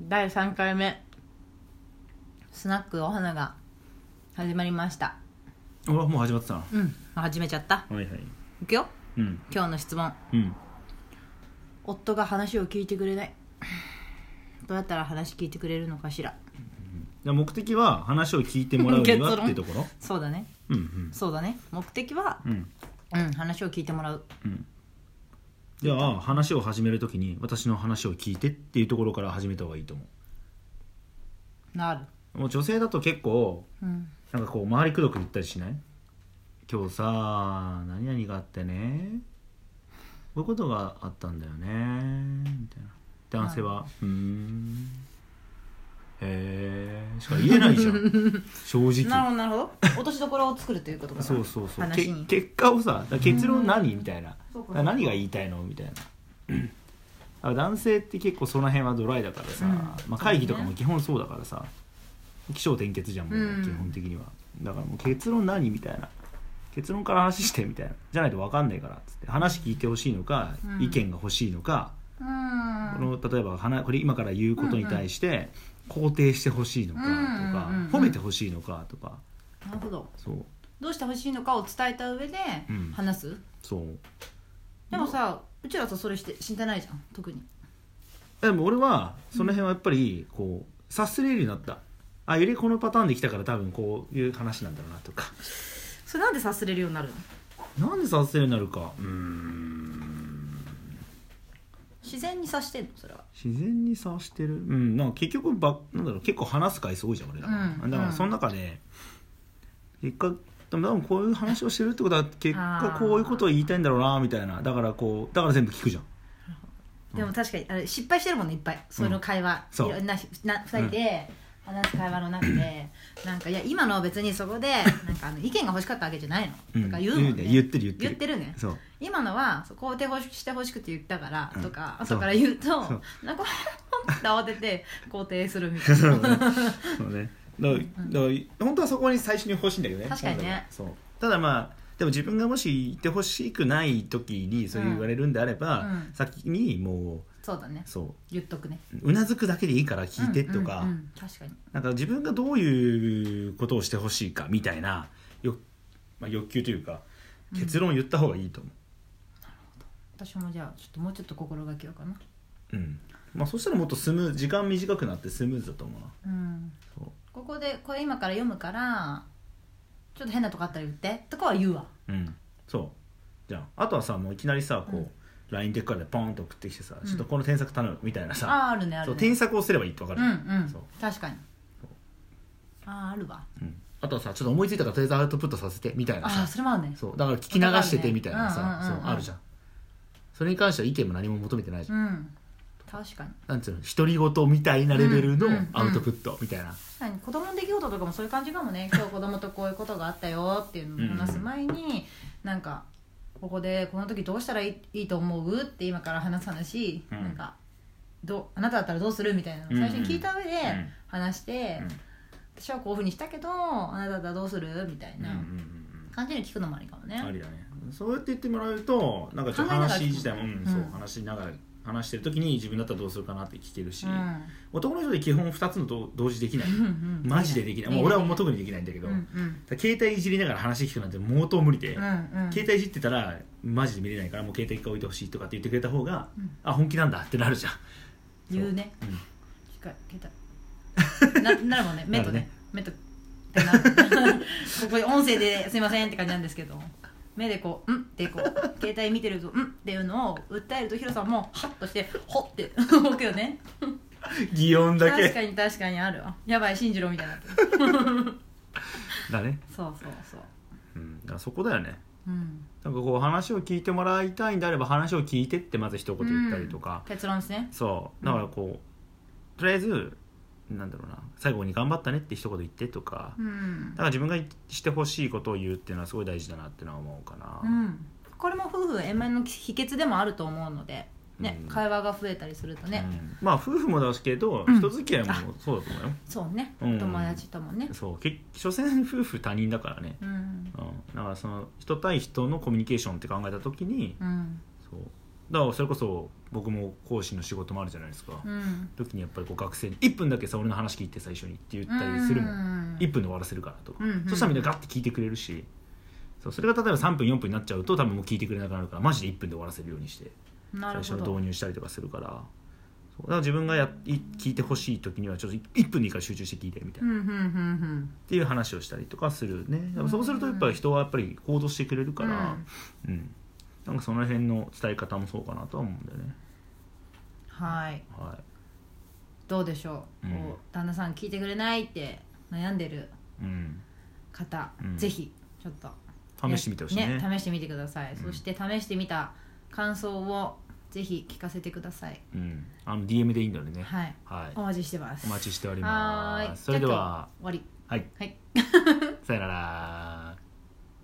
第3回目スナックお花が始まりましたあもう始まってたのはうん始めちゃったいはいいくようん今日の質問うん夫が話を聞いてくれないどうやったら話聞いてくれるのかしらじゃあ目的は話を聞いてもらうに結は論っていうところそうだねうんうんそうだね目的はうんうん話を聞いてもらううんじゃあ話を始めるときに私の話を聞いてっていうところから始めた方がいいと思なるうもう女性だと結構うんなんかこう周りくどく言ったりしない今日さ何々があってねこういうことがあったんだよねみたいなで男性は「うーんへえ」しか言えないじゃ ん正なる直ほどなるほど落としどころを作るということかなそうそうそうけ話に結果をさだから結論何みたいなそうかそうか何が言いたいのみたいなあ男性って結構その辺はドライだからさ、うんまあ、会議とかも基本そうだからさ起承転結じゃんもううん基本的には、だからもう結論何みたいな結論から話してみたいなじゃないと分かんないからっつって話聞いてほしいのか、うん意見が欲しいのか、うこんの例えば話これ今から言うことに対して肯定してほしいのかとか、うんうんうん褒めてほしいのかとかなるほどそうどうしてほしいのかを伝えた上でうん話す、そうでもさうちらさそれして死んでないじゃん特にでも俺はその辺はやっぱりこう察すれるようになったあゆりこのパターンで来たから多分こういう話なんだろうなとかそれなんで察すれるようになるのなんで察すれるようになるかうーん自然に察してんのそれは自然に察してるうんなんか結局ばなんだろう結構話す回数多いじゃん俺ら、うんだからその中で結果でも多分こういう話をしてるってことは結果こういうことを言いたいんだろうなみたいなだからこうだから全部聞くじゃんでも確かにあれ失敗してるもんねいっぱいその会話、そういろんなな2人で話す会話の中 で、なんかいや今のは別にそこでなんかあの意見が欲しかったわけじゃないの、うんとか言うもんね言うね言ってる言ってる言ってるねそう今のはそう肯定欲ししてほしくて言ったから、うんとかそう後から言うとそうなんかって慌てて肯定するみたい そうなね。そうね。だから、だから本当はそこに最初に欲しいんだけどね。確かにねそう。ただまあ、でも自分がもしいてほしくない時にそう言われるんであれば、うんうん先にもそうだねう、そ言っとくねう、うなずくだけでいいから聞いてとか、うんうんうん確かになんか自分がどういうことをしてほしいかみたいな欲,、まあ、欲求というか、結論を言った方がいいと思私もじゃあちょっともうちょっと心がけようかなう。うん。まあそしたらもっとスムーズ、時間短くなってスムーズだと思うな。うんそうここでこれ今から読むからちょっと変なとこあったら言ってとかは言うわうんそうじゃああとはさもういきなりさこう、うん LINE でっからでポーンと送ってきてさ、うんちょっとこの添削頼むみたいなさ、あああるねあそうるね添削をすればいいってわかうる、んうんそう確かにあああるわうんあとはさちょっと思いついたからとりあえずアウトプットさせてみたいなあさあそれもあるねそうだから聞き流しててみたいなわかさるねうんうんそうんうんうあるじゃんそれに関しては意見も何も求めてないじゃ、うんん確かになんつうの独り言みたいなレベルのうんうんうんアウトプットみたいな、確かに子供の出来事とかもそういう感じかも ね今日子供とこういうことがあったよっていうのを話す前になんかここでこの時どうしたらいいいいと思うって今から話す話、うんなんかどうあなただったらどうするみたいなのを最初に聞いた上でうん話して、うん私はこういうふうにしたけどあなただったらどうするみたいうんうんな感じに聞くのもありかもね、ありだねそうやって言ってもらうとなんかちょっと考えながら話自体も、聞うくんもんねそううん話しながら話してる時に自分だったらどうするかなって聞けるし、うん男の人で基本2つのと同時できないうんうん マジでできない、もう俺はもう特にできないんだけど、うんうんだから携帯いじりながら話聞くなんて毛頭無理で、うんうん携帯いじってたらマジで見れないからもう携帯一回置いてほしいとかって言ってくれた方が、うんあ本気なんだってなるじゃん 言うねそううん機械携 帯ななるもんね目とね目とってなる ここで音声ですいませんって感じなんですけど目でこう「ん?」ってこう携帯見てると「ん?」っていうのを訴えるとヒロさんもハッとして「ほ」って動くよね擬音だ確けかに確かにあるわやばい進次郎みたいになってるだね、そうそうそううん、だからそこだよねうんなんかこう話を聞いてもらいたいんであれば話を聞いてってまず一言言ったりとかうん、結論ですねそうだからこう、とりあえずなんだろうな最後に頑張ったねって一言言ってとか、うんだから自分がしてほしいことを言うっていうのはすごい大事だなってのは思うかな、うんこれも夫婦円満の秘訣でもあると思うのでね、うん会話が増えたりするとね、うんまあ夫婦もだしけど、うん人付き合いもそうだと思うよそうね、うん友達ともねそうけ所詮夫婦他人だからね、うんうん、だからその人対人のコミュニケーションって考えた時にうんそうだからそれこそ僕も講師の仕事もあるじゃないですか、うん時にやっぱりこう学生に1分だけさ俺の話聞いて最初にって言ったりするもん、うん1分で終わらせるからとか、うんうんそしたらみんなガッて聞いてくれるしそうそれが例えば3分4分になっちゃうと多分もう聞いてくれなくなるからマジで1分で終わらせるようにしてなる最初ほにど導入したりとかするからそうだから自分がやっい聞いてほしい時にはちょっと1分でいいから集中して聞いてみたいな、うんっうんうんていう話をしたりとかするねやっぱそうするとやっぱり人はやっぱり行動してくれるから、うんなんかその辺の伝え方もそうかなとは思うんだよねうんはいはどうでしょう、うんこう旦那さん聞いてくれないって悩んでるい、うん、方、うんぜひちょっと試してみてほしいねね試してみてください、そして試してみた感想をぜひ聞かせてくださいうん、あの DM でいいんだよねはいはいお待ちしてますお待ちしておりはまーいすそれでじゃあ今は日終わりはいはいさよなら